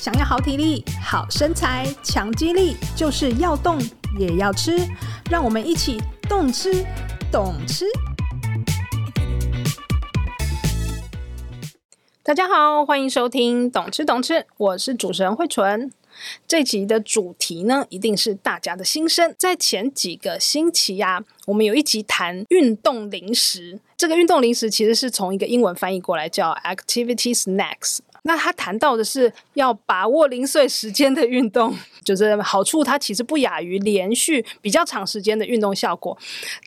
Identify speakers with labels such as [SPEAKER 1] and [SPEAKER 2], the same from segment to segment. [SPEAKER 1] 想要好体力、好身材、强肌力，就是要动也要吃。让我们一起动吃、懂吃。大家好，欢迎收听《懂吃懂吃》，我是主持人慧纯。这集的主题呢，一定是大家的心声。在前几个星期呀、我们有一集谈运动零食。这个运动零食其实是从一个英文翻译过来叫 activity snacks。那他谈到的是要把握零碎时间的运动，就是好处它其实不亚于连续比较长时间的运动效果。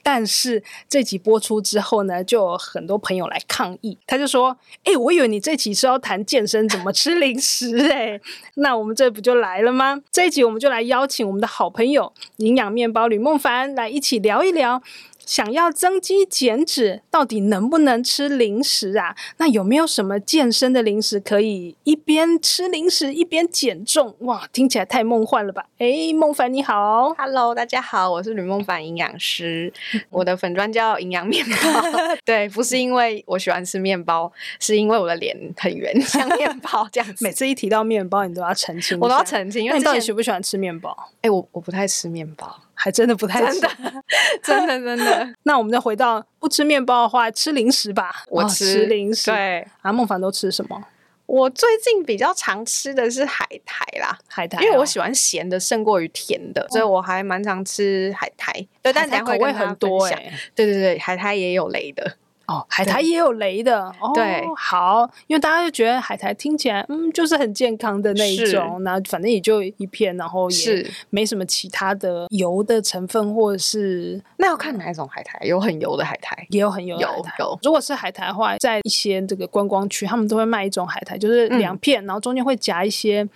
[SPEAKER 1] 但是这集播出之后呢，就有很多朋友来抗议，他就说：“哎、我以为你这集是要谈健身怎么吃零食、诶哎，那我们这不就来了吗？这一集我们就来邀请我们的好朋友营养面包吕梦凡来一起聊一聊。”想要增肌减脂，到底能不能吃零食啊？那有没有什么健身的零食可以一边吃零食一边减重？哇，听起来太梦幻了吧！哎，梦凡你好，
[SPEAKER 2] Hello，大家好，我是吕梦凡营养 师，我的粉砖叫营养面 包。对，不是因为我喜欢吃面包，是因为我的脸很圆，像面 包这样子
[SPEAKER 1] 每。次一提到面包，你都要澄清，
[SPEAKER 2] 我都要。澄清，因
[SPEAKER 1] 那
[SPEAKER 2] 为
[SPEAKER 1] 你
[SPEAKER 2] 之
[SPEAKER 1] 到底
[SPEAKER 2] 前
[SPEAKER 1] 喜不喜欢吃面包？
[SPEAKER 2] 哎、我我不太吃面 包，
[SPEAKER 1] 还真的不太
[SPEAKER 2] 真
[SPEAKER 1] 喜
[SPEAKER 2] 的
[SPEAKER 1] 欢。
[SPEAKER 2] 真的真的，
[SPEAKER 1] 那我们再回到不吃面包的话，吃零食吧。
[SPEAKER 2] 我
[SPEAKER 1] 哦
[SPEAKER 2] 吃,、
[SPEAKER 1] 吃零食。
[SPEAKER 2] 对，
[SPEAKER 1] 啊，梦凡都吃什么？
[SPEAKER 2] 我最近比较常吃的是海苔啦，
[SPEAKER 1] 海苔哦、
[SPEAKER 2] 因为我喜欢咸的胜过于甜的，所以我还蛮常吃海苔。对，但
[SPEAKER 1] 海苔
[SPEAKER 2] 等一下
[SPEAKER 1] 口
[SPEAKER 2] 会
[SPEAKER 1] 味
[SPEAKER 2] 跟大家
[SPEAKER 1] 很多
[SPEAKER 2] 分
[SPEAKER 1] 哎、
[SPEAKER 2] 享对对对，海苔也有雷的。
[SPEAKER 1] 哦，海苔也有雷的哦。
[SPEAKER 2] 对
[SPEAKER 1] 好，因为大家就觉得海苔听起来，嗯，就是很健康的那一
[SPEAKER 2] 是
[SPEAKER 1] 种，那反正也就一片，然后也
[SPEAKER 2] 是，
[SPEAKER 1] 没什么其他的油的成分，或者是
[SPEAKER 2] 那要看哪一种海苔，有很油的海苔，
[SPEAKER 1] 也有很油的海
[SPEAKER 2] 有
[SPEAKER 1] 苔。
[SPEAKER 2] 有
[SPEAKER 1] 如果是海苔的话，在一些这个观光区，他们都会卖一种海苔，就是
[SPEAKER 2] 嗯
[SPEAKER 1] 两片，然后中间会夹一些，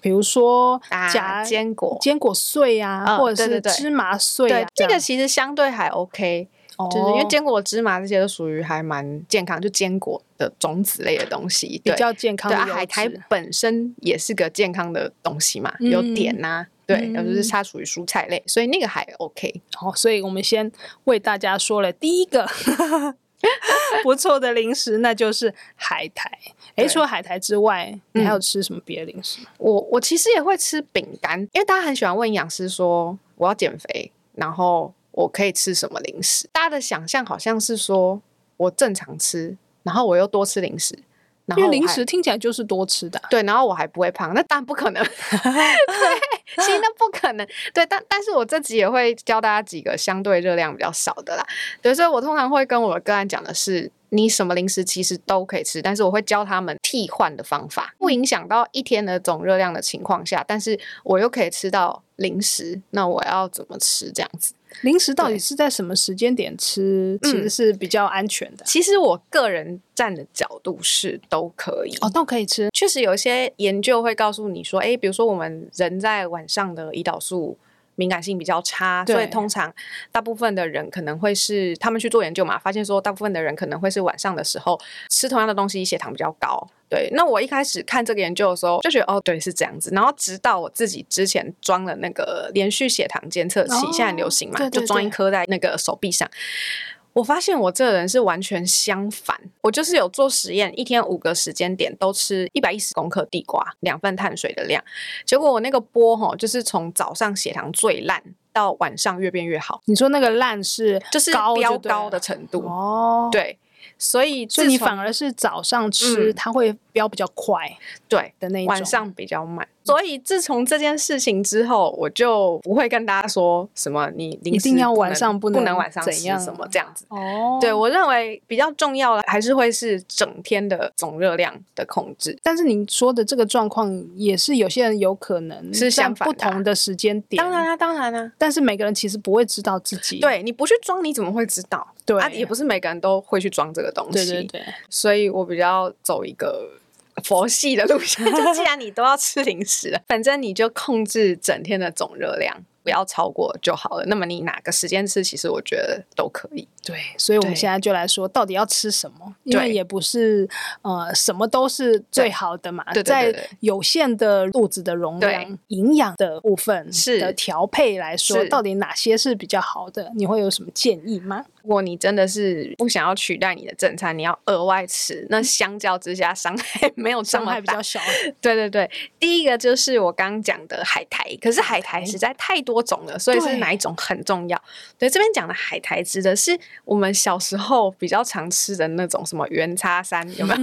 [SPEAKER 1] 比如说
[SPEAKER 2] 啊
[SPEAKER 1] 夹、
[SPEAKER 2] 坚果
[SPEAKER 1] 坚果碎啊，
[SPEAKER 2] 嗯
[SPEAKER 1] 或者
[SPEAKER 2] 对
[SPEAKER 1] 是
[SPEAKER 2] 对对
[SPEAKER 1] 芝麻碎
[SPEAKER 2] 对
[SPEAKER 1] 啊，，
[SPEAKER 2] 这
[SPEAKER 1] 样哦
[SPEAKER 2] 个其实相对还 OK，、就是因为坚果、芝麻这些都属于还蛮健康，就坚果的种子类的东西。
[SPEAKER 1] 比
[SPEAKER 2] 对，
[SPEAKER 1] 较健康
[SPEAKER 2] 对
[SPEAKER 1] 的
[SPEAKER 2] 啊，
[SPEAKER 1] 油
[SPEAKER 2] 海苔
[SPEAKER 1] 脂
[SPEAKER 2] 本身也是个健康的东西嘛，
[SPEAKER 1] 嗯
[SPEAKER 2] 有碘呐、对，
[SPEAKER 1] 嗯
[SPEAKER 2] 然后就是它属于蔬菜类，所以那个还 OK。
[SPEAKER 1] 好、所以我们先为大家说了第一 个不错的零食，那就是海苔。诶，
[SPEAKER 2] 对
[SPEAKER 1] 除了海苔之外，
[SPEAKER 2] 嗯
[SPEAKER 1] 你还有吃什么别的零食？
[SPEAKER 2] 我我其实也会吃饼干，因为大家很喜欢问营养师说我要减肥，然后我可以吃什么零食？大家的想象好像是说我正常吃，然后我又多吃零食，然
[SPEAKER 1] 因
[SPEAKER 2] 后
[SPEAKER 1] 为
[SPEAKER 2] 我
[SPEAKER 1] 零
[SPEAKER 2] 还
[SPEAKER 1] 食听起来就是多吃的啊、
[SPEAKER 2] 对，然后我还不会胖，那当然不可能。 对，其实那不可能。对，但但是我这集也会教大家几个相对热量比较少的啦。对，所以我通常会跟我的个案讲的是，你什么零食其实都可以吃，但是我会教他们替换的方法，不影响到一天的总热量的情况下，但是我又可以吃到零食，那我要怎么吃这样子？
[SPEAKER 1] 零食到底
[SPEAKER 2] 对
[SPEAKER 1] 是在什么时间点吃，
[SPEAKER 2] 嗯
[SPEAKER 1] 其实是比较安全的。
[SPEAKER 2] 其实我个人站的角度是都可以
[SPEAKER 1] 哦，都可以吃。
[SPEAKER 2] 确实有一些研究会告诉你说，诶，比如说我们人在晚上的胰岛素敏感性比较差，
[SPEAKER 1] 对
[SPEAKER 2] 所以通常大部分的人可能会是他们去做研究嘛，发现说大部分的人可能会是晚上的时候吃同样的东西，血糖比较高。对，那我一开始看这个研究的时候就觉得哦，对，是这样子。然后直到我自己之前装了那个连续血糖监测器，
[SPEAKER 1] 哦
[SPEAKER 2] 现在很流行嘛，
[SPEAKER 1] 对对
[SPEAKER 2] 就装
[SPEAKER 1] 对
[SPEAKER 2] 一颗在那个手臂上。我发现我这个人是完全相反，我就是有做实验，一天五个时间点都吃一百一十公克地瓜，两份碳水的量。结果我那个波吼，就是从早上血糖最烂到晚上越变越好，
[SPEAKER 1] 你说那个烂是
[SPEAKER 2] 就是
[SPEAKER 1] 高
[SPEAKER 2] 飙
[SPEAKER 1] 就对了
[SPEAKER 2] 高的程度。
[SPEAKER 1] 哦，，
[SPEAKER 2] 对，所以
[SPEAKER 1] 所以你
[SPEAKER 2] 自从
[SPEAKER 1] 反而是早上吃，
[SPEAKER 2] 嗯
[SPEAKER 1] 它会飙比较快
[SPEAKER 2] 对
[SPEAKER 1] 的那一种。
[SPEAKER 2] 晚上比较慢。所以自从这件事情之后，我就不会跟大家说什么你零
[SPEAKER 1] 一
[SPEAKER 2] 食
[SPEAKER 1] 定要
[SPEAKER 2] 不
[SPEAKER 1] 晚
[SPEAKER 2] 能
[SPEAKER 1] 上不
[SPEAKER 2] 不
[SPEAKER 1] 能
[SPEAKER 2] 能晚上
[SPEAKER 1] 怎
[SPEAKER 2] 吃
[SPEAKER 1] 样
[SPEAKER 2] 什么这样子。
[SPEAKER 1] 哦，
[SPEAKER 2] 对，我认为比较重要的还是会是整天的总热量的控制。
[SPEAKER 1] 但是您说的这个状况，也是有些人有可能
[SPEAKER 2] 是
[SPEAKER 1] 在
[SPEAKER 2] 相反
[SPEAKER 1] 不
[SPEAKER 2] 的啊
[SPEAKER 1] 同的时间点。
[SPEAKER 2] 当然啦、当然啦、
[SPEAKER 1] 但是每个人其实不会知道自己。
[SPEAKER 2] 对你不去装，你怎么会知道？
[SPEAKER 1] 对
[SPEAKER 2] 啊，也不是每个人都会去装这个东
[SPEAKER 1] 对
[SPEAKER 2] 西。
[SPEAKER 1] 对对，
[SPEAKER 2] 所以我比较走一个 佛系的路线，就既然你都要吃零食了，反正你就控制整天的总热量。不要超过就好了。那么你哪个时间吃，其实我觉得都可以。
[SPEAKER 1] 对，所以我们
[SPEAKER 2] 对
[SPEAKER 1] 现在就来说，到底要吃什么？因为
[SPEAKER 2] 对
[SPEAKER 1] 也不是呃什么都是最好的嘛，
[SPEAKER 2] 对对对
[SPEAKER 1] 在
[SPEAKER 2] 对
[SPEAKER 1] 有限的肚子的容量
[SPEAKER 2] 对、
[SPEAKER 1] 营养的部分
[SPEAKER 2] 是
[SPEAKER 1] 的调配来说，
[SPEAKER 2] 是
[SPEAKER 1] 到底哪些是比较好的？你会有什么建议吗？
[SPEAKER 2] 如果你真的是不想要取代你的正餐，你要额外吃，那相较之下伤害没有这
[SPEAKER 1] 伤
[SPEAKER 2] 么
[SPEAKER 1] 害比
[SPEAKER 2] 大
[SPEAKER 1] 较小，
[SPEAKER 2] 对对对，第一个就是我刚刚讲的海苔，可是海苔实在太多种了，所以
[SPEAKER 1] 对
[SPEAKER 2] 是哪一种很重要。对，这边讲的海苔指的是我们小时候比较常吃的那种什么圆叉三，有没有？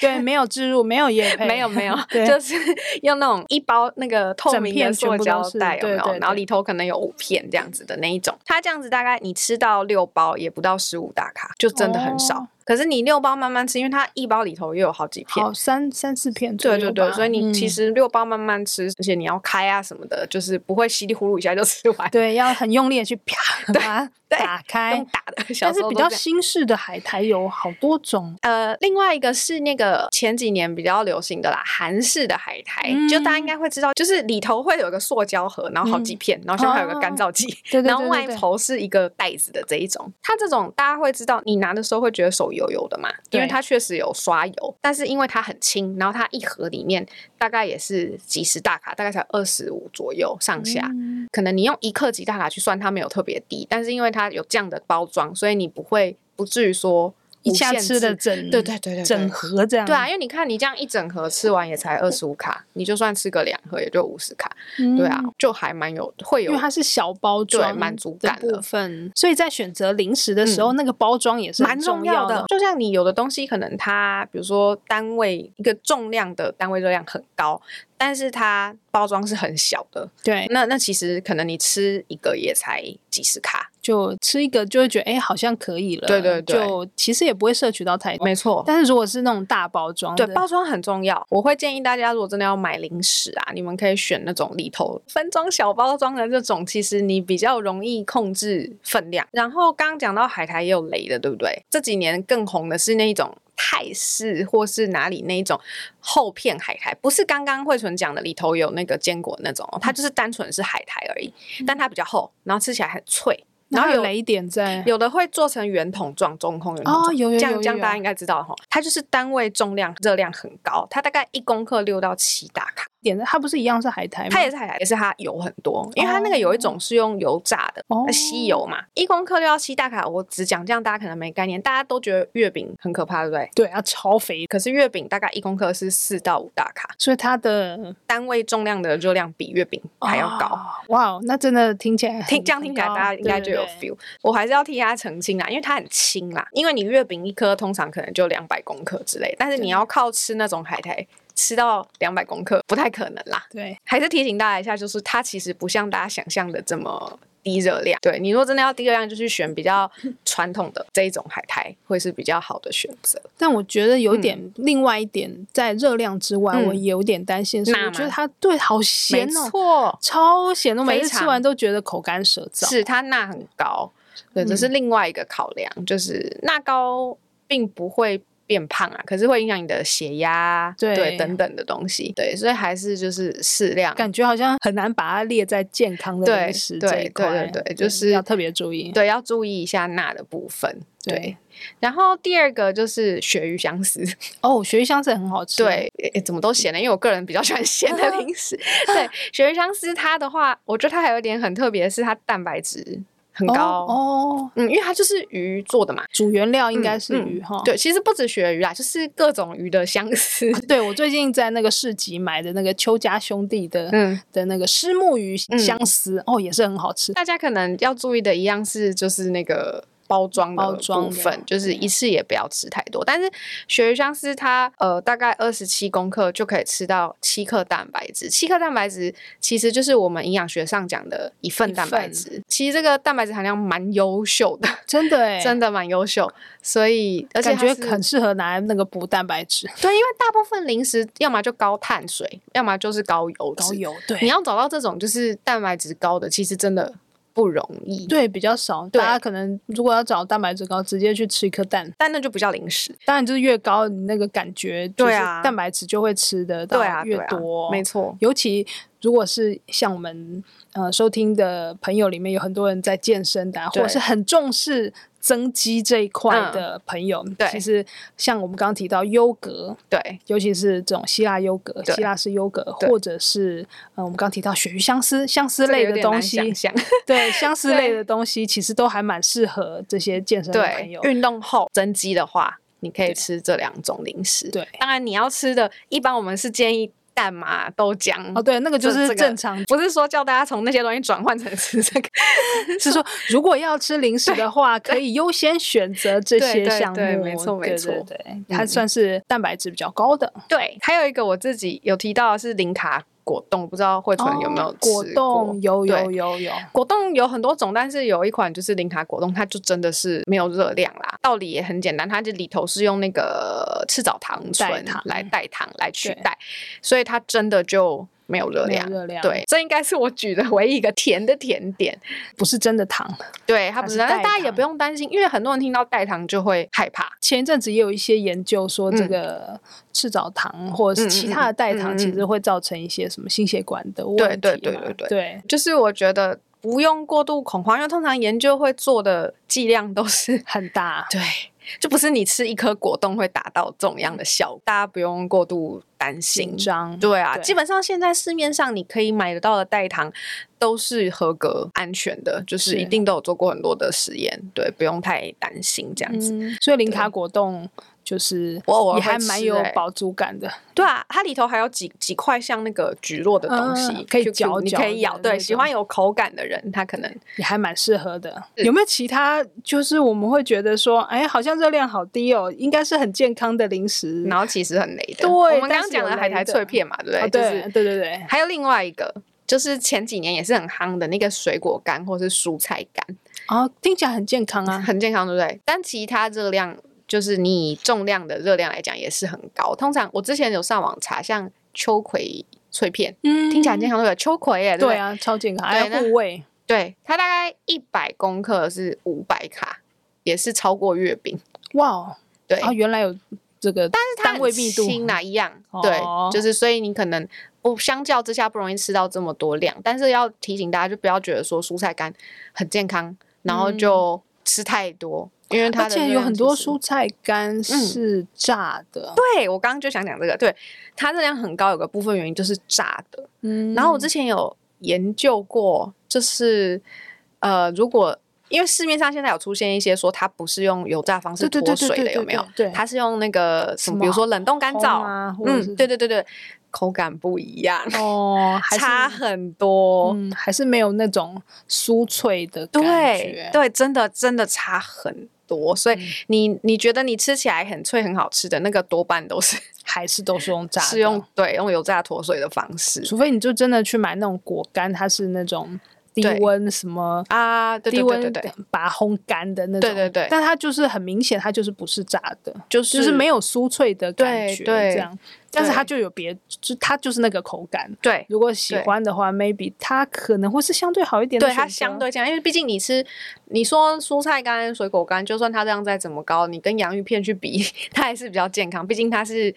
[SPEAKER 1] 对，没有置入，没有也，
[SPEAKER 2] 没有没有
[SPEAKER 1] 对
[SPEAKER 2] 就是用那种一包那个透明的塑胶袋，有
[SPEAKER 1] 整片全
[SPEAKER 2] 没
[SPEAKER 1] 部都是对对
[SPEAKER 2] 有
[SPEAKER 1] 对？
[SPEAKER 2] 然后里头可能有五片这样子的那一种，它这样子大概你吃到六包也不到十五大卡，就真的很少。
[SPEAKER 1] 哦
[SPEAKER 2] 可是你六包慢慢吃，因为它一包里头又有好几片
[SPEAKER 1] 好，三三四片左
[SPEAKER 2] 对
[SPEAKER 1] 右
[SPEAKER 2] 对
[SPEAKER 1] 吧，
[SPEAKER 2] 对，所以你
[SPEAKER 1] 嗯
[SPEAKER 2] 其实六包慢慢吃，而且你要开啊什么的，就是不会稀里糊涂一下就吃 完，
[SPEAKER 1] 对要很用力的去啪把它
[SPEAKER 2] 对
[SPEAKER 1] 打
[SPEAKER 2] 用
[SPEAKER 1] 开。
[SPEAKER 2] 打的。小
[SPEAKER 1] 但
[SPEAKER 2] 时
[SPEAKER 1] 是
[SPEAKER 2] 候
[SPEAKER 1] 比
[SPEAKER 2] 都
[SPEAKER 1] 较
[SPEAKER 2] 这样
[SPEAKER 1] 新式的海苔有好多种，
[SPEAKER 2] 呃，另外一个是那个前几年比较流行的啦，韩式的海苔，
[SPEAKER 1] 嗯
[SPEAKER 2] 就大家应该会知道，就是里头会有一个塑胶盒，然后好几片，然后上面还有个干燥剂，
[SPEAKER 1] 对对对
[SPEAKER 2] 然后
[SPEAKER 1] 对
[SPEAKER 2] 外
[SPEAKER 1] 对
[SPEAKER 2] 头是一个袋子的这一种。它这种大家会知道，你拿的时候会觉得手油油的嘛，因为
[SPEAKER 1] 对
[SPEAKER 2] 它确实有刷油，但是因为它很轻，然后它一盒里面大概也是几十大卡，大概才二十五左右上下。
[SPEAKER 1] 嗯
[SPEAKER 2] 可能你用一克吉大卡去算，它没有特别低，但是因为它有这样的包装，所以你不会不至于说
[SPEAKER 1] 一
[SPEAKER 2] 无
[SPEAKER 1] 下
[SPEAKER 2] 限
[SPEAKER 1] 吃的
[SPEAKER 2] 制
[SPEAKER 1] 整
[SPEAKER 2] 对对对对对
[SPEAKER 1] 整盒这样，
[SPEAKER 2] 对啊，因为你看你这样一整盒吃完也才二十五卡，你就算吃个两盒也就五十卡，
[SPEAKER 1] 嗯
[SPEAKER 2] 对啊，就还蛮有会
[SPEAKER 1] 因
[SPEAKER 2] 有
[SPEAKER 1] 为它是小包装，
[SPEAKER 2] 对满足
[SPEAKER 1] 的
[SPEAKER 2] 感了
[SPEAKER 1] 部分，所以在选择零食的时候，那个包装也是
[SPEAKER 2] 蛮
[SPEAKER 1] 很重
[SPEAKER 2] 要
[SPEAKER 1] 的。
[SPEAKER 2] 就像你有的东西可能它比如说单位一个重量的单位热量很高，但是它包装是很小的，
[SPEAKER 1] 对，
[SPEAKER 2] 那那其实可能你吃一个也才几十卡，
[SPEAKER 1] 就吃一个就会觉得哎，好像可以了。
[SPEAKER 2] 对对对
[SPEAKER 1] 就其实也不会摄取到太多。
[SPEAKER 2] 没错。
[SPEAKER 1] 但是如果是那种大包装的，
[SPEAKER 2] 对，包装很重要。我会建议大家，如果真的要买零食啊，你们可以选那种里头分装小包装的这种，其实你比较容易控制分量。然后刚刚讲到海苔也有雷的，对不对？这几年更红的是那一种。泰式或是哪里那一种厚片海苔，不是刚刚慧纯讲的里头有那个坚果那种哦，它就是单纯是海苔而已，但它比较厚，然后吃起来很脆，
[SPEAKER 1] 然
[SPEAKER 2] 然
[SPEAKER 1] 嗯
[SPEAKER 2] 后
[SPEAKER 1] 后有
[SPEAKER 2] 有
[SPEAKER 1] 雷点在，
[SPEAKER 2] 有的会做成圆筒状、中空圆筒状
[SPEAKER 1] 哦有有有
[SPEAKER 2] 这样
[SPEAKER 1] 有
[SPEAKER 2] 这样
[SPEAKER 1] 有
[SPEAKER 2] 大家应该知道哈，它就是单位重量热量很高，它大概一公克六到七大卡，
[SPEAKER 1] 点的，它不是一样是海苔吗？
[SPEAKER 2] 它也是海苔，也是它油很多，因为它那个有一种是用油炸的，呃
[SPEAKER 1] 哦
[SPEAKER 2] 吸油嘛，一公克六到七大卡，我只讲这样大家可能没概念，大家都觉得月饼很可怕，对不对？
[SPEAKER 1] 对啊，超肥，
[SPEAKER 2] 可是月饼大概一公克是四到五大卡，
[SPEAKER 1] 所以它的
[SPEAKER 2] 单位重量的热量比月饼还要高。
[SPEAKER 1] 哦哇，那真的听起来很
[SPEAKER 2] 听这样听起来，
[SPEAKER 1] 很高
[SPEAKER 2] 大家应该就有
[SPEAKER 1] 对对对
[SPEAKER 2] feel。我还是要替他澄清啦，啊因为它很轻啦，因为你月饼一颗通常可能就两百公克之类，但是
[SPEAKER 1] 对
[SPEAKER 2] 你要靠吃那种海苔吃到两百公克不太可能啦。
[SPEAKER 1] 对，
[SPEAKER 2] 还是提醒大家一下，就是它其实不像大家想象的这么。低热量，对你如果真的要低热量，就去选比较传统的这一种海苔，会是比较好的选择。
[SPEAKER 1] 但我觉得有点、另外一点，在热量之外，
[SPEAKER 2] 嗯
[SPEAKER 1] 我有点担心是，
[SPEAKER 2] 钠
[SPEAKER 1] 我觉得
[SPEAKER 2] 吗
[SPEAKER 1] 它对好咸
[SPEAKER 2] 没
[SPEAKER 1] 哦，
[SPEAKER 2] 错，
[SPEAKER 1] 超咸的，我每次
[SPEAKER 2] 非常
[SPEAKER 1] 吃完都觉得口干舌燥。
[SPEAKER 2] 是它钠很高，
[SPEAKER 1] 嗯
[SPEAKER 2] 对，这是另外一个考量，就是钠高并不会变胖啊，可是会影响你的血压，
[SPEAKER 1] 对
[SPEAKER 2] 等等的东西，对，所以还是就是适量。
[SPEAKER 1] 感觉好像很难把它列在健康的
[SPEAKER 2] 对
[SPEAKER 1] 零食
[SPEAKER 2] 对
[SPEAKER 1] 这一
[SPEAKER 2] 对
[SPEAKER 1] 块，
[SPEAKER 2] 对对就是
[SPEAKER 1] 要特别注意。
[SPEAKER 2] 对，要注意一下钠的部分。
[SPEAKER 1] 对
[SPEAKER 2] 对，然后第二个就是鳕鱼香丝，
[SPEAKER 1] 哦，鳕鱼香是很好吃，，
[SPEAKER 2] 对，诶诶怎么都咸的，因为我个人比较喜欢咸的零食。 对，鳕鱼香丝它的话，我觉得它还有一点很特别，是它蛋白质很高，
[SPEAKER 1] 哦哦，
[SPEAKER 2] 嗯，因为它就是鱼做的嘛，
[SPEAKER 1] 主原料应该是
[SPEAKER 2] 嗯嗯
[SPEAKER 1] 鱼哈。
[SPEAKER 2] 对，其实不止鳕鱼啦，就是各种鱼的相 似。
[SPEAKER 1] 对，我最近在那个市集买的那个邱家兄弟的
[SPEAKER 2] 嗯，
[SPEAKER 1] 的那个虱目鱼
[SPEAKER 2] 嗯
[SPEAKER 1] 香丝，哦，也是很好吃。
[SPEAKER 2] 大家可能要注意的一样是，就是那个。包装
[SPEAKER 1] 包
[SPEAKER 2] 的
[SPEAKER 1] 装
[SPEAKER 2] 部
[SPEAKER 1] 的
[SPEAKER 2] 分，就是一次也不要吃太多。但是鳕鱼香丝它呃大概二十七公克就可以吃到七克蛋白质，七克蛋白质其实就是我们营养学上讲的一份
[SPEAKER 1] 一
[SPEAKER 2] 蛋白
[SPEAKER 1] 份
[SPEAKER 2] 质。其实这个蛋白质含量蛮优秀的，
[SPEAKER 1] 真的哎，
[SPEAKER 2] 真的蛮优秀。所以而且
[SPEAKER 1] 感觉
[SPEAKER 2] 它是
[SPEAKER 1] 很适合拿来那个补蛋白质、
[SPEAKER 2] 对，因为大部分零食要么就高碳水，要么就是高油脂
[SPEAKER 1] 高油，对，
[SPEAKER 2] 你要找到这种就是蛋白质高的，其实真的不容易。，
[SPEAKER 1] 对比较少。
[SPEAKER 2] 对
[SPEAKER 1] 大家可能如果要找蛋白质高，直接去吃一颗蛋，
[SPEAKER 2] 但那就不叫零食。
[SPEAKER 1] 当然就是越高，你那个感觉就是
[SPEAKER 2] 对啊
[SPEAKER 1] 蛋白质就会吃得到
[SPEAKER 2] 对啊，
[SPEAKER 1] 越
[SPEAKER 2] 对啊
[SPEAKER 1] 多，
[SPEAKER 2] 没错。
[SPEAKER 1] 尤其如果是像我们呃收听的朋友里面有很多人在健身的、啊，或
[SPEAKER 2] 对
[SPEAKER 1] 者是很重视增肌这一块
[SPEAKER 2] 嗯
[SPEAKER 1] 的朋友，
[SPEAKER 2] 对
[SPEAKER 1] 其实像我们刚刚提到优格，
[SPEAKER 2] 对
[SPEAKER 1] 尤其是这种希腊优格、
[SPEAKER 2] 对
[SPEAKER 1] 希腊式优格，
[SPEAKER 2] 对
[SPEAKER 1] 或者是呃我们刚刚提到鳕鱼相思、相思
[SPEAKER 2] 这个
[SPEAKER 1] 类
[SPEAKER 2] 有
[SPEAKER 1] 的
[SPEAKER 2] 点
[SPEAKER 1] 东
[SPEAKER 2] 难
[SPEAKER 1] 西，
[SPEAKER 2] 想象
[SPEAKER 1] 对相思
[SPEAKER 2] 对
[SPEAKER 1] 类的东西，其实都还蛮适合这些健身的朋
[SPEAKER 2] 对
[SPEAKER 1] 友，。
[SPEAKER 2] 运动后增肌的话，你可
[SPEAKER 1] 对
[SPEAKER 2] 以吃这两种零食。
[SPEAKER 1] 对，
[SPEAKER 2] 当然你要吃的，一般我们是建议蛋嘛、豆浆。
[SPEAKER 1] 哦，对，那个就
[SPEAKER 2] 这
[SPEAKER 1] 是
[SPEAKER 2] 这个
[SPEAKER 1] 正常
[SPEAKER 2] 不是说叫大家从那些东西转换成吃这个，
[SPEAKER 1] 是说，如果要吃零食的 话，可以优先选择这些
[SPEAKER 2] 对对
[SPEAKER 1] 项目。
[SPEAKER 2] 对没错
[SPEAKER 1] 对
[SPEAKER 2] 没错嗯
[SPEAKER 1] 对对，它算是蛋白质比较高的。
[SPEAKER 2] 对，还有一个我自己有提到的是零卡果冻，不知道慧纯有没有
[SPEAKER 1] 哦
[SPEAKER 2] 吃
[SPEAKER 1] 果
[SPEAKER 2] 过
[SPEAKER 1] 冻？有有
[SPEAKER 2] 对
[SPEAKER 1] 有有，
[SPEAKER 2] 果冻有很多种，但是有一款就是零卡果冻，它就真的是没有热量啦。道理也很简单，它这里头是用那个赤藻糖
[SPEAKER 1] 代
[SPEAKER 2] 醇
[SPEAKER 1] 糖
[SPEAKER 2] 来代糖来取
[SPEAKER 1] 对
[SPEAKER 2] 代，所以它真的就没有热
[SPEAKER 1] 没有
[SPEAKER 2] 量。
[SPEAKER 1] 热量，
[SPEAKER 2] 对，，这应该是我举的唯一一个甜的甜点。
[SPEAKER 1] 不是真的糖。
[SPEAKER 2] 对，它
[SPEAKER 1] 它
[SPEAKER 2] 不
[SPEAKER 1] 是
[SPEAKER 2] 是，但
[SPEAKER 1] 代
[SPEAKER 2] 大家也
[SPEAKER 1] 糖
[SPEAKER 2] 不用担心，因为很多人听到代糖就会害怕。
[SPEAKER 1] 前一阵子也有一些研究说，这
[SPEAKER 2] 嗯
[SPEAKER 1] 个赤藻糖或者是
[SPEAKER 2] 嗯
[SPEAKER 1] 其
[SPEAKER 2] 嗯
[SPEAKER 1] 他的代糖，
[SPEAKER 2] 嗯嗯
[SPEAKER 1] 其实会造成一些什么心血管的问题
[SPEAKER 2] 对
[SPEAKER 1] 嘛。
[SPEAKER 2] 对对对对
[SPEAKER 1] 对，
[SPEAKER 2] 就是我觉得不用过度恐慌，因为通常研究会做的剂量都是。
[SPEAKER 1] 很大
[SPEAKER 2] 对，就不是你吃一颗果冻会达到这种样的效果，大家不用过度担
[SPEAKER 1] 紧
[SPEAKER 2] 心。
[SPEAKER 1] 张，
[SPEAKER 2] 对啊，
[SPEAKER 1] 对
[SPEAKER 2] 基本上现在市面上你可以买得到的代糖都是合格、安全的，就是
[SPEAKER 1] 是
[SPEAKER 2] 一定都有做过很多的实验，对，不用太担心这样子。
[SPEAKER 1] 嗯，所以零卡果冻就是
[SPEAKER 2] 我偶尔
[SPEAKER 1] 也
[SPEAKER 2] 会
[SPEAKER 1] 还蛮
[SPEAKER 2] 吃
[SPEAKER 1] 有
[SPEAKER 2] 欸
[SPEAKER 1] 饱足感的。
[SPEAKER 2] 对啊，它里头还有几几块像那个橘络的东西，
[SPEAKER 1] 嗯可以
[SPEAKER 2] QQ
[SPEAKER 1] 嚼
[SPEAKER 2] 你
[SPEAKER 1] 嚼
[SPEAKER 2] 可以咬。
[SPEAKER 1] 的那
[SPEAKER 2] 对，
[SPEAKER 1] 种嗯
[SPEAKER 2] 喜欢有口感的人，他可能
[SPEAKER 1] 也还蛮适合的。
[SPEAKER 2] 是
[SPEAKER 1] 有没有其他就是我们会觉得说，哎，好像热量好低哦，应该是很健康的零食？
[SPEAKER 2] 然后其实很雷
[SPEAKER 1] 对
[SPEAKER 2] 的。我们刚
[SPEAKER 1] 但是
[SPEAKER 2] 刚讲
[SPEAKER 1] 有
[SPEAKER 2] 的海
[SPEAKER 1] 雷
[SPEAKER 2] 苔
[SPEAKER 1] 的
[SPEAKER 2] 脆片嘛，对不对？
[SPEAKER 1] 哦
[SPEAKER 2] 就是
[SPEAKER 1] 对对对对，
[SPEAKER 2] 还有另外一个，就是前几年也是很夯的那个水果干或是蔬菜干，
[SPEAKER 1] 哦，听起来很健康 啊。
[SPEAKER 2] 很健康，对不对？但其他热量，就是你以重量的热量来讲，也是很高。通常我之前有上网查，像秋葵脆片，
[SPEAKER 1] 嗯
[SPEAKER 2] 听起来很健康，对不对？秋葵耶，
[SPEAKER 1] 对
[SPEAKER 2] 啊，
[SPEAKER 1] 啊，超健康，
[SPEAKER 2] 对
[SPEAKER 1] 还有
[SPEAKER 2] 那
[SPEAKER 1] 护胃。
[SPEAKER 2] 对，它大概一百公克是五百卡，也是超过月饼。
[SPEAKER 1] 哇哦，
[SPEAKER 2] 对，
[SPEAKER 1] 啊，原来有这个，但
[SPEAKER 2] 它
[SPEAKER 1] 单
[SPEAKER 2] 很
[SPEAKER 1] 位密度
[SPEAKER 2] 轻啦，一样，
[SPEAKER 1] 哦
[SPEAKER 2] 对，就是所以你可能不相较之下不容易吃到这么多量，但是要提醒大家，就不要觉得说蔬菜干很健康，然后就吃太多，因为它
[SPEAKER 1] 啊而
[SPEAKER 2] 的
[SPEAKER 1] 且
[SPEAKER 2] 热
[SPEAKER 1] 有
[SPEAKER 2] 量
[SPEAKER 1] 很
[SPEAKER 2] 其
[SPEAKER 1] 多
[SPEAKER 2] 实嗯
[SPEAKER 1] 蔬菜干是炸的。
[SPEAKER 2] 对我刚刚就想讲这个，对它热量很高，有个部分原因就是炸的。
[SPEAKER 1] 嗯
[SPEAKER 2] 然后我之前有研究过，就是呃，如果因为市面上现在有出现一些说它不是用油炸方式
[SPEAKER 1] 对对
[SPEAKER 2] 脱
[SPEAKER 1] 对对
[SPEAKER 2] 水的，
[SPEAKER 1] 对
[SPEAKER 2] 有没有
[SPEAKER 1] 对对？
[SPEAKER 2] 它是用那个什
[SPEAKER 1] 什
[SPEAKER 2] 么，比如
[SPEAKER 1] 么
[SPEAKER 2] 说冷冻干燥
[SPEAKER 1] 烘啊或者是
[SPEAKER 2] 嗯，对对对对，口感不一样，
[SPEAKER 1] 哦，还是
[SPEAKER 2] 差很多。
[SPEAKER 1] 嗯，还是没有那种酥脆的感
[SPEAKER 2] 对
[SPEAKER 1] 觉。
[SPEAKER 2] 对，真的真的差很多。所以
[SPEAKER 1] 嗯
[SPEAKER 2] 你你觉得你吃起来很脆很好吃的那个，多半都是
[SPEAKER 1] 还是都是用炸的，
[SPEAKER 2] 是用对用油炸脱水的方式
[SPEAKER 1] 除非你就真的去买那种果干，它是那种低
[SPEAKER 2] 对
[SPEAKER 1] 温什么
[SPEAKER 2] 啊。对
[SPEAKER 1] 低
[SPEAKER 2] 对对
[SPEAKER 1] 温
[SPEAKER 2] 对对，
[SPEAKER 1] 把它烘干的那种，
[SPEAKER 2] 对对对
[SPEAKER 1] 但它就是很明显，它就是不是炸的，
[SPEAKER 2] 就是
[SPEAKER 1] 就是没有酥脆的感觉，
[SPEAKER 2] 对
[SPEAKER 1] 这样。但是它就有别，就它就是那个口感。
[SPEAKER 2] 对
[SPEAKER 1] 如果喜欢的话，maybe 它可能会是相对好一点的
[SPEAKER 2] 对
[SPEAKER 1] 选择，
[SPEAKER 2] 它相对这样，因为毕竟你吃，你说蔬菜干、水果干，就算它这样再怎么高，你跟洋芋片去比， 它还是比较健康。毕竟它是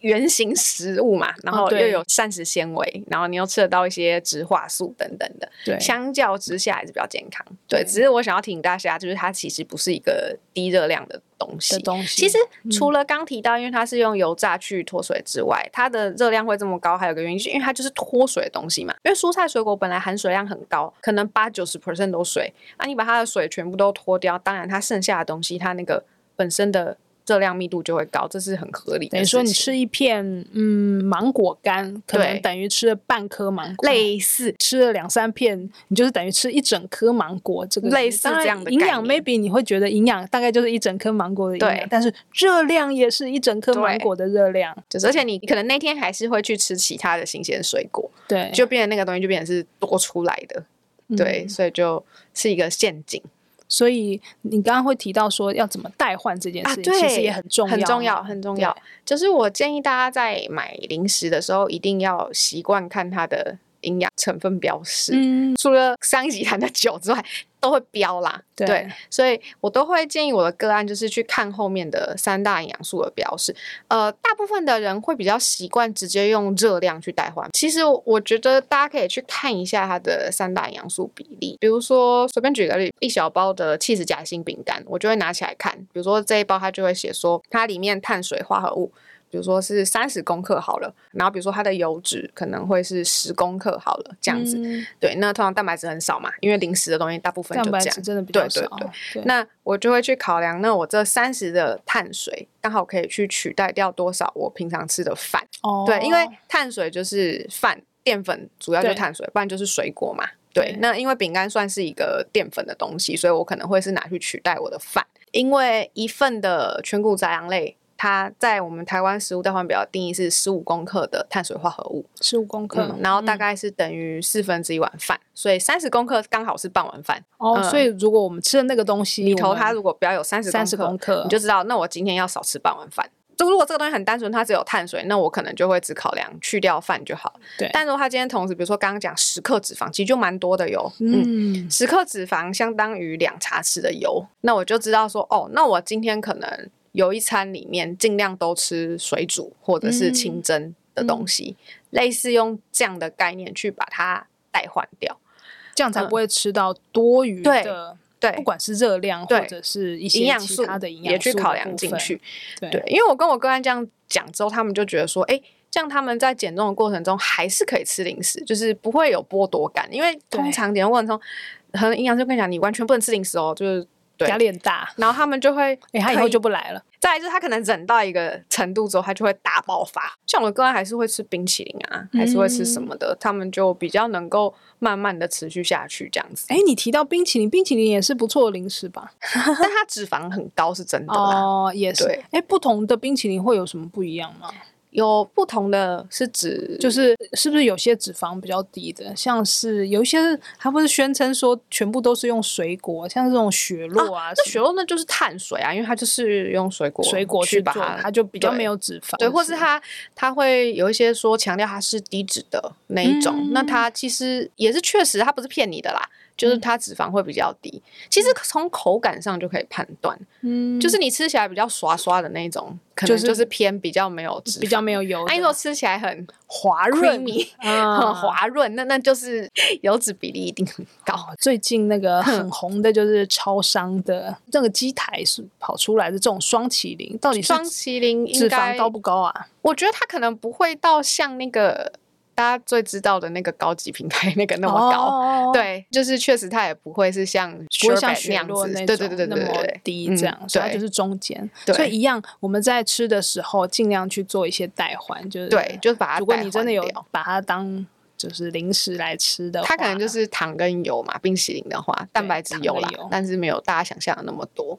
[SPEAKER 2] 原型食物嘛，然后又
[SPEAKER 1] 哦对
[SPEAKER 2] 有膳食纤维，然后你又吃得到一些植化素等等的，
[SPEAKER 1] 对
[SPEAKER 2] 相较之下还是比较健康。对，
[SPEAKER 1] 对
[SPEAKER 2] 只是我想要提醒大家，就是它其实不是一个低热量的东西
[SPEAKER 1] 的。东西。
[SPEAKER 2] 其实除了刚提到，因为它是用油炸去脱水之外，它的热量会这么高，还有一个原因，是因为它就是脱水的东西嘛。因为蔬菜水果本来含水量很高，可能八九十 percent 都水，啊，你把它的水全部都脱掉，当然它剩下的东西，它那个本身的热量密度就会高，这是很合理的
[SPEAKER 1] 等于说
[SPEAKER 2] 事
[SPEAKER 1] 你
[SPEAKER 2] 情
[SPEAKER 1] 吃一片嗯芒果干，可能
[SPEAKER 2] 对
[SPEAKER 1] 等于吃了半颗芒果，
[SPEAKER 2] 类似
[SPEAKER 1] 吃了两三片，你就是等于吃一整颗芒果，这个
[SPEAKER 2] 类似
[SPEAKER 1] 当然
[SPEAKER 2] 这样的
[SPEAKER 1] 营养。
[SPEAKER 2] 概念
[SPEAKER 1] maybe 你会觉得营养大概就是一整颗芒果的营
[SPEAKER 2] 对
[SPEAKER 1] 养，但是热量也是一整颗芒果的热量，
[SPEAKER 2] 就是，而且你可能那天还是会去吃其他的新鲜水果，
[SPEAKER 1] 对，
[SPEAKER 2] 就变成那个东西就变成是多出来的，
[SPEAKER 1] 嗯
[SPEAKER 2] 对，所以就是一个陷阱。
[SPEAKER 1] 所以你刚刚会提到说要怎么代换这件
[SPEAKER 2] 啊
[SPEAKER 1] 事情，
[SPEAKER 2] 对
[SPEAKER 1] 其实也很重要，
[SPEAKER 2] 很重要，。很重
[SPEAKER 1] 对
[SPEAKER 2] 要。就是我建议大家在买零食的时候，一定要习惯看它的营养成分标示，
[SPEAKER 1] 嗯，
[SPEAKER 2] 除了上一集谈的酒之外，都会标啦。
[SPEAKER 1] 对
[SPEAKER 2] 所以我都会建议我的个案就是去看后面的三大营养素的标示。呃，大部分的人会比较习惯直接用热量去代换。其实我觉得大家可以去看一下它的三大营养素比例，比如说随便举个例，一小包的 cheese 夹心饼干，我就会拿起来看。比如说这一包，它就会写说它里面碳水化合物。比如说是三十公克好了，然后比如说它的油脂可能会是十公克好了，这样子。
[SPEAKER 1] 嗯
[SPEAKER 2] 对，那通常蛋白质很少嘛，因为零食的东西大部分
[SPEAKER 1] 蛋
[SPEAKER 2] 就这
[SPEAKER 1] 白
[SPEAKER 2] 样
[SPEAKER 1] 质。真的比较
[SPEAKER 2] 对对
[SPEAKER 1] 少。对
[SPEAKER 2] 那我就会去考量，那我这三十的碳水刚好可以去取代掉多少我平常吃的饭？
[SPEAKER 1] 哦
[SPEAKER 2] 对，因为碳水就是饭，淀粉主要就是
[SPEAKER 1] 对
[SPEAKER 2] 碳水，不然就是水果嘛。对
[SPEAKER 1] 对，
[SPEAKER 2] 那因为饼干算是一个淀粉的东西，所以我可能会是拿去取代我的饭，因为一份的全谷杂粮类。它在我们台湾食物代换表的定义是十五公克的碳水化合物，
[SPEAKER 1] 十五公克
[SPEAKER 2] 嗯，，然后大概是等于四分之一碗饭，所以三十公克刚好是半碗饭。
[SPEAKER 1] 哦，
[SPEAKER 2] 嗯
[SPEAKER 1] 所以如果我们吃的那个东西
[SPEAKER 2] 里头
[SPEAKER 1] 我们
[SPEAKER 2] 它如果标有三十
[SPEAKER 1] 三十公
[SPEAKER 2] 公克，
[SPEAKER 1] 克，
[SPEAKER 2] 你就知道，那我今天要少吃半碗饭。就如果这个东西很单纯，它只有碳水，那我可能就会只考量去掉饭就好。
[SPEAKER 1] 对
[SPEAKER 2] 但如果它今天同时，比如说刚刚讲十克脂肪，其实就蛮多的哟。嗯，
[SPEAKER 1] 嗯
[SPEAKER 2] 十克脂肪相当于两茶匙的油，那我就知道说，哦，那我今天可能有一餐里面尽量都吃水煮或者是
[SPEAKER 1] 嗯
[SPEAKER 2] 清蒸的东西，类似用这样的概念去把它代换掉。
[SPEAKER 1] 这样才
[SPEAKER 2] 嗯
[SPEAKER 1] 不会吃到多余
[SPEAKER 2] 对
[SPEAKER 1] 的，
[SPEAKER 2] 对，
[SPEAKER 1] 不管是热量或
[SPEAKER 2] 对
[SPEAKER 1] 者是一
[SPEAKER 2] 营
[SPEAKER 1] 些
[SPEAKER 2] 养
[SPEAKER 1] 其
[SPEAKER 2] 素
[SPEAKER 1] 他的营养
[SPEAKER 2] 也去
[SPEAKER 1] 素的
[SPEAKER 2] 考量
[SPEAKER 1] 部
[SPEAKER 2] 进
[SPEAKER 1] 分
[SPEAKER 2] 去。
[SPEAKER 1] 对
[SPEAKER 2] 对，因为我跟我个案这样讲之后，他们就觉得说，哎、这样他们在减重的过程中还是可以吃零食，就是不会有剥夺感，因为通
[SPEAKER 1] 对
[SPEAKER 2] 常减重过程中，很多营养师就跟你讲，你完全不能吃零食哦，就是对
[SPEAKER 1] 压。力很大，
[SPEAKER 2] 然后他们就会，
[SPEAKER 1] 哎，他以后就不来了。
[SPEAKER 2] 再来就是他可能忍到一个程度之后，他就会大爆发。像我的个案还是会吃冰淇淋啊，
[SPEAKER 1] 嗯
[SPEAKER 2] 还是会吃什么的，他们就比较能够慢慢的持续下去这样子。
[SPEAKER 1] 哎，你提到冰淇淋，冰淇淋也是不错的零食吧？
[SPEAKER 2] 但它脂肪很高是真的啦，
[SPEAKER 1] 哦，也是
[SPEAKER 2] 对。
[SPEAKER 1] 哎，不同的冰淇淋会有什么不一样吗？
[SPEAKER 2] 有不同的是指
[SPEAKER 1] 就是是不是有些脂肪比较低的，像是有一些还不是宣称说全部都是用水果，像这种雪
[SPEAKER 2] 肉
[SPEAKER 1] 落啊
[SPEAKER 2] 那
[SPEAKER 1] 什
[SPEAKER 2] 雪
[SPEAKER 1] 么
[SPEAKER 2] 肉那就是碳水啊，因为它就是用水果
[SPEAKER 1] 水果
[SPEAKER 2] 去
[SPEAKER 1] 去
[SPEAKER 2] 把
[SPEAKER 1] 做，
[SPEAKER 2] 它
[SPEAKER 1] 它就比较
[SPEAKER 2] 对
[SPEAKER 1] 没有脂肪。
[SPEAKER 2] 对，或是它它会有一些说强调它是低脂的那一种，
[SPEAKER 1] 嗯
[SPEAKER 2] 那它其实也是确实它不是骗你的啦，就是
[SPEAKER 1] 嗯
[SPEAKER 2] 它脂肪会比较低。其实从口感上就可以判断，
[SPEAKER 1] 嗯，
[SPEAKER 2] 就是你吃起来比较刷刷的那一种，可
[SPEAKER 1] 就
[SPEAKER 2] 能
[SPEAKER 1] 是
[SPEAKER 2] 就是偏比较没有脂
[SPEAKER 1] 比较
[SPEAKER 2] 肪。啊
[SPEAKER 1] 没有油的，
[SPEAKER 2] 那你说吃起来很
[SPEAKER 1] 滑润 嗯
[SPEAKER 2] creamy，很
[SPEAKER 1] 很。
[SPEAKER 2] 滑润，那那就是油脂比例一定很高。
[SPEAKER 1] 哦最近那个 很红的就是超商的那个机台是跑出来的这种双麒麟，到底是
[SPEAKER 2] 双麒麟应
[SPEAKER 1] 脂肪
[SPEAKER 2] 该
[SPEAKER 1] 高不高啊？
[SPEAKER 2] 我觉得它可能不会到像那个大家最知道的那个高级平台那个那么高。
[SPEAKER 1] 哦，
[SPEAKER 2] 对，就是确实它也不会是像
[SPEAKER 1] 不会像
[SPEAKER 2] sherbet 那
[SPEAKER 1] 雪
[SPEAKER 2] 样
[SPEAKER 1] 落
[SPEAKER 2] 子，
[SPEAKER 1] 那
[SPEAKER 2] 对
[SPEAKER 1] 种
[SPEAKER 2] 对对对
[SPEAKER 1] 那
[SPEAKER 2] 对
[SPEAKER 1] 么
[SPEAKER 2] 对，
[SPEAKER 1] 低
[SPEAKER 2] 嗯
[SPEAKER 1] 这样，所以它
[SPEAKER 2] 对
[SPEAKER 1] 就是中间。
[SPEAKER 2] 对
[SPEAKER 1] 所以一样，我们在吃的时候尽量去做一些代换，就是
[SPEAKER 2] 对，就是把它
[SPEAKER 1] 如果
[SPEAKER 2] 代
[SPEAKER 1] 你真的
[SPEAKER 2] 换
[SPEAKER 1] 有
[SPEAKER 2] 掉
[SPEAKER 1] 把它当就是零食来吃的话，
[SPEAKER 2] 它可能就是糖跟油嘛，冰淇淋的话蛋白质
[SPEAKER 1] 糖
[SPEAKER 2] 有
[SPEAKER 1] 跟
[SPEAKER 2] 啦
[SPEAKER 1] 油，
[SPEAKER 2] 但是没有大家想象的那么多。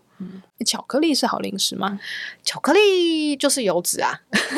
[SPEAKER 1] 巧克力是好零食吗？
[SPEAKER 2] 巧克力就是油脂啊，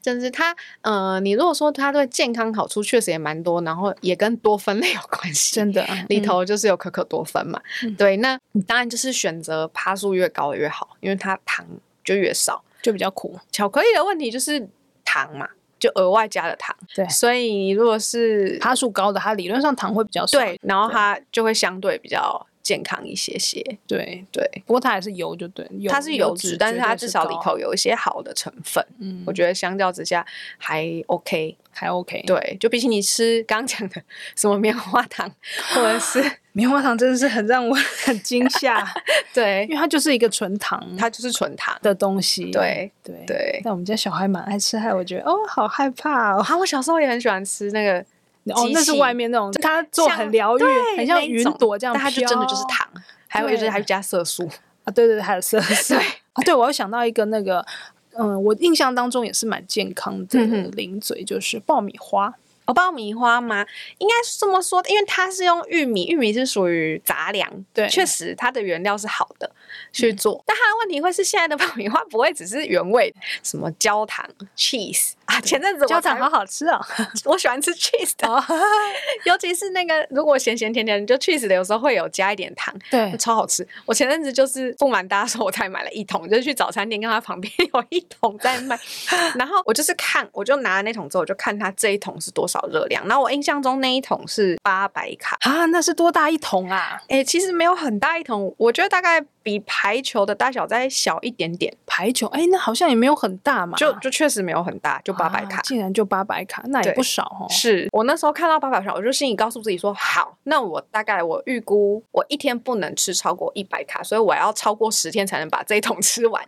[SPEAKER 2] 就是它呃，你如果说它对健康好处确实也蛮多，然后也跟多酚类有关系，
[SPEAKER 1] 真的
[SPEAKER 2] 里
[SPEAKER 1] 嗯
[SPEAKER 2] 头就是有可可多酚嘛。
[SPEAKER 1] 嗯
[SPEAKER 2] 对，那你当然就是选择趴数越高的越好，因为它糖就越少。
[SPEAKER 1] 就比较苦，
[SPEAKER 2] 巧克力的问题就是糖嘛，就额外加了糖。
[SPEAKER 1] 对
[SPEAKER 2] 所以你如果是
[SPEAKER 1] 趴数高的它理论上糖会比较少。
[SPEAKER 2] 对，然后它就会相对比较健康一些些。
[SPEAKER 1] 对，
[SPEAKER 2] 对，
[SPEAKER 1] 不过它还是油，就对，油
[SPEAKER 2] 它是
[SPEAKER 1] 油
[SPEAKER 2] 油脂，但
[SPEAKER 1] 绝
[SPEAKER 2] 是
[SPEAKER 1] 对
[SPEAKER 2] 它
[SPEAKER 1] 是
[SPEAKER 2] 至少里
[SPEAKER 1] 高
[SPEAKER 2] 头有一些好的成分，
[SPEAKER 1] 嗯
[SPEAKER 2] 我觉得相较之下还 OK。
[SPEAKER 1] 还 OK。，
[SPEAKER 2] 对，就比起你吃刚讲的什么棉花糖，或者是
[SPEAKER 1] 棉花糖真的是很让我很惊吓，
[SPEAKER 2] 对
[SPEAKER 1] 因，为它就是一个纯糖
[SPEAKER 2] 它就是纯糖。
[SPEAKER 1] 的东西。
[SPEAKER 2] 对
[SPEAKER 1] 对。
[SPEAKER 2] 对，
[SPEAKER 1] 但我们家小孩蛮爱吃，害我觉得哦，好害怕哦。
[SPEAKER 2] 啊，我小时候也很喜欢吃那个
[SPEAKER 1] 哦，那
[SPEAKER 2] 机
[SPEAKER 1] 是
[SPEAKER 2] 器
[SPEAKER 1] 外面那种，它做
[SPEAKER 2] 像
[SPEAKER 1] 很疗愈
[SPEAKER 2] 对，
[SPEAKER 1] 很像
[SPEAKER 2] 那一
[SPEAKER 1] 云
[SPEAKER 2] 种
[SPEAKER 1] 朵这样
[SPEAKER 2] 但它就真的就是
[SPEAKER 1] 飘
[SPEAKER 2] 糖，还有一个就是
[SPEAKER 1] 对
[SPEAKER 2] 还会加色素，
[SPEAKER 1] 啊，对对，对还有色素。
[SPEAKER 2] 对
[SPEAKER 1] 啊，对我又想到一个那个，嗯，我印象当中也是蛮健康的
[SPEAKER 2] 嗯哼
[SPEAKER 1] 零嘴，就是爆米花。
[SPEAKER 2] 哦，爆米花吗？应该是这么说，因为它是用玉米，玉米是属于杂粮，
[SPEAKER 1] 对嗯
[SPEAKER 2] 确实它的原料是好的去做。但它的问题会是现在的爆米花不会只是原味，什么焦糖、cheese，啊，前阵子
[SPEAKER 1] 焦
[SPEAKER 2] 我
[SPEAKER 1] 糖
[SPEAKER 2] 才
[SPEAKER 1] 好好吃哦，
[SPEAKER 2] 我喜欢吃 cheese 的，
[SPEAKER 1] 哦
[SPEAKER 2] 尤其是那个如果咸咸甜甜的，就 cheese 的有时候会有加一点糖，
[SPEAKER 1] 对，
[SPEAKER 2] 超好吃。我前阵子就是不瞒大家说，我才买了一桶，就是去早餐店看它旁边 有一桶在卖，然后我就是看，我就拿了那桶之后，我就看它这一桶是多少热量。然后我印象中那一桶是八百卡，
[SPEAKER 1] 啊，那是多大一桶啊？
[SPEAKER 2] 诶、其实没有很大一桶，我觉得大概比排球的大小再小一点点，
[SPEAKER 1] 排球，哎，那好像也没有很大嘛，
[SPEAKER 2] 就就确实没有很大，就八百
[SPEAKER 1] 啊
[SPEAKER 2] 卡。
[SPEAKER 1] 竟然就八百卡，那也
[SPEAKER 2] 对
[SPEAKER 1] 不少哦。
[SPEAKER 2] 是我那时候看到八百卡，我就心里告诉自己说：好，那我大概我预估我一天不能吃超过一百卡，所以我要超过十天才能把这一桶 吃完。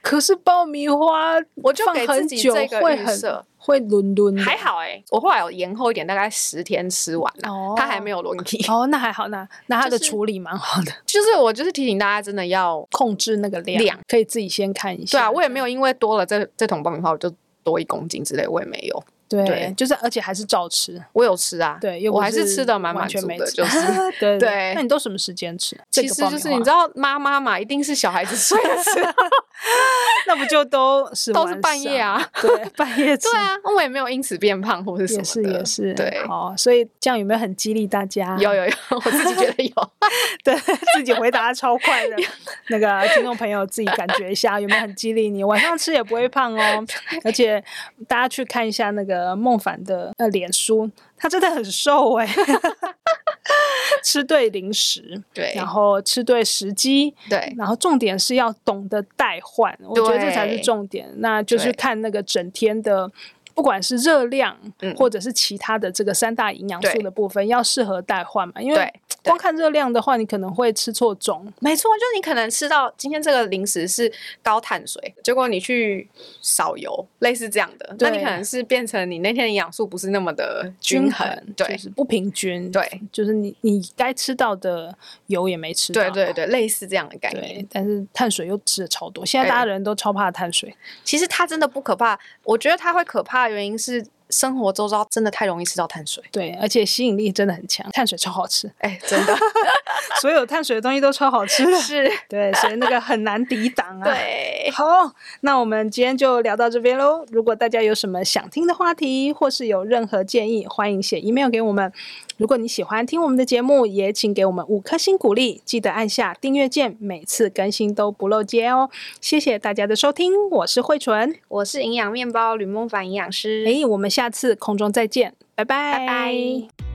[SPEAKER 1] 可是爆米花
[SPEAKER 2] 我就
[SPEAKER 1] 放
[SPEAKER 2] 给
[SPEAKER 1] 很
[SPEAKER 2] 自己
[SPEAKER 1] 久
[SPEAKER 2] 这个
[SPEAKER 1] 会
[SPEAKER 2] 预
[SPEAKER 1] 很
[SPEAKER 2] 设
[SPEAKER 1] 会轮轮的，
[SPEAKER 2] 还好哎、我后来有延后一点，大概十天吃完了，
[SPEAKER 1] 哦
[SPEAKER 2] 它还没有轮替。
[SPEAKER 1] 哦，那还好，那那它的
[SPEAKER 2] 就是
[SPEAKER 1] 处理蛮好的，
[SPEAKER 2] 就是我就是提醒大家，真的要
[SPEAKER 1] 控制那个量，
[SPEAKER 2] 量
[SPEAKER 1] 可以自己先看一下。
[SPEAKER 2] 对啊，我也没有因为多了这这桶爆米花我就多一公斤之类，我也没有，
[SPEAKER 1] 对，
[SPEAKER 2] 对
[SPEAKER 1] 就是而且还是照吃，
[SPEAKER 2] 我有吃啊，
[SPEAKER 1] 对，又
[SPEAKER 2] 我
[SPEAKER 1] 不
[SPEAKER 2] 还
[SPEAKER 1] 是
[SPEAKER 2] 吃的蛮满
[SPEAKER 1] 完全
[SPEAKER 2] 足
[SPEAKER 1] 没
[SPEAKER 2] 的，
[SPEAKER 1] 吃。
[SPEAKER 2] 就是
[SPEAKER 1] 对
[SPEAKER 2] 对
[SPEAKER 1] 那你都什么时间吃？这
[SPEAKER 2] 其
[SPEAKER 1] 个
[SPEAKER 2] 实
[SPEAKER 1] 爆
[SPEAKER 2] 就
[SPEAKER 1] 米
[SPEAKER 2] 是你
[SPEAKER 1] 花
[SPEAKER 2] 知，道妈妈嘛，一定是小孩子睡的时候
[SPEAKER 1] 那不就都是
[SPEAKER 2] 都
[SPEAKER 1] 晚
[SPEAKER 2] 是半夜
[SPEAKER 1] 上？
[SPEAKER 2] 啊，
[SPEAKER 1] 对，半夜吃
[SPEAKER 2] 对。啊，我也没有因此变胖或是什
[SPEAKER 1] 也是
[SPEAKER 2] 么的，
[SPEAKER 1] 也是，
[SPEAKER 2] 对
[SPEAKER 1] 好，所以这样有没有很激励大家？
[SPEAKER 2] 有有有，我自己觉得有，
[SPEAKER 1] 对自己回答得超快的那个听众朋友，自己感觉一下有没有很激励你？晚上吃也不会胖哦，而且大家去看一下那个孟凡的呃脸书，他真的很瘦哎、 吃对零食，
[SPEAKER 2] 对
[SPEAKER 1] 然后吃对时机，
[SPEAKER 2] 对
[SPEAKER 1] 然后重点是要懂得代换，我觉得这才是重点。那就是
[SPEAKER 2] 对
[SPEAKER 1] 看那个整天的。不管是热量，
[SPEAKER 2] 嗯
[SPEAKER 1] 或者是其他的这个三大营养素
[SPEAKER 2] 对
[SPEAKER 1] 的部分，要适合代换嘛？因为
[SPEAKER 2] 对。
[SPEAKER 1] 光看热量的话，你可能会吃错种。
[SPEAKER 2] 没错，就是你可能吃到今天这个零食是高碳水，结果你去少油，类似这样的，
[SPEAKER 1] 对
[SPEAKER 2] 那你可能是变成你那天营养素不是那么的均衡，对。
[SPEAKER 1] 就是不平均，
[SPEAKER 2] 对，
[SPEAKER 1] 就是你你该吃到的油也没吃到，
[SPEAKER 2] 对对对，类似这样的概念。
[SPEAKER 1] 对，但是碳水又吃的超多，现在大家人都超怕碳水，
[SPEAKER 2] 其实它真的不可怕，我觉得它会可怕的原因是生活周遭真的太容易吃到碳水。，
[SPEAKER 1] 对，而且吸引力真的很强，碳水超好吃
[SPEAKER 2] 哎，真的
[SPEAKER 1] 所有碳水的东西都超好吃的，
[SPEAKER 2] 是，
[SPEAKER 1] 对，所以那个很难抵挡啊。。
[SPEAKER 2] 对，
[SPEAKER 1] 好，那我们今天就聊到这边喽。如果大家有什么想听的话题，或是有任何建议，欢迎写 email 给我们。如果你喜欢听我们的节目，也请给我们五颗星鼓励，记得按下订阅键，每次更新都不漏接哦。谢谢大家的收听，我是慧纯，
[SPEAKER 2] 我是营养面包吕梦凡营养师。
[SPEAKER 1] 诶，我们下次空中再见，拜拜，
[SPEAKER 2] 拜拜。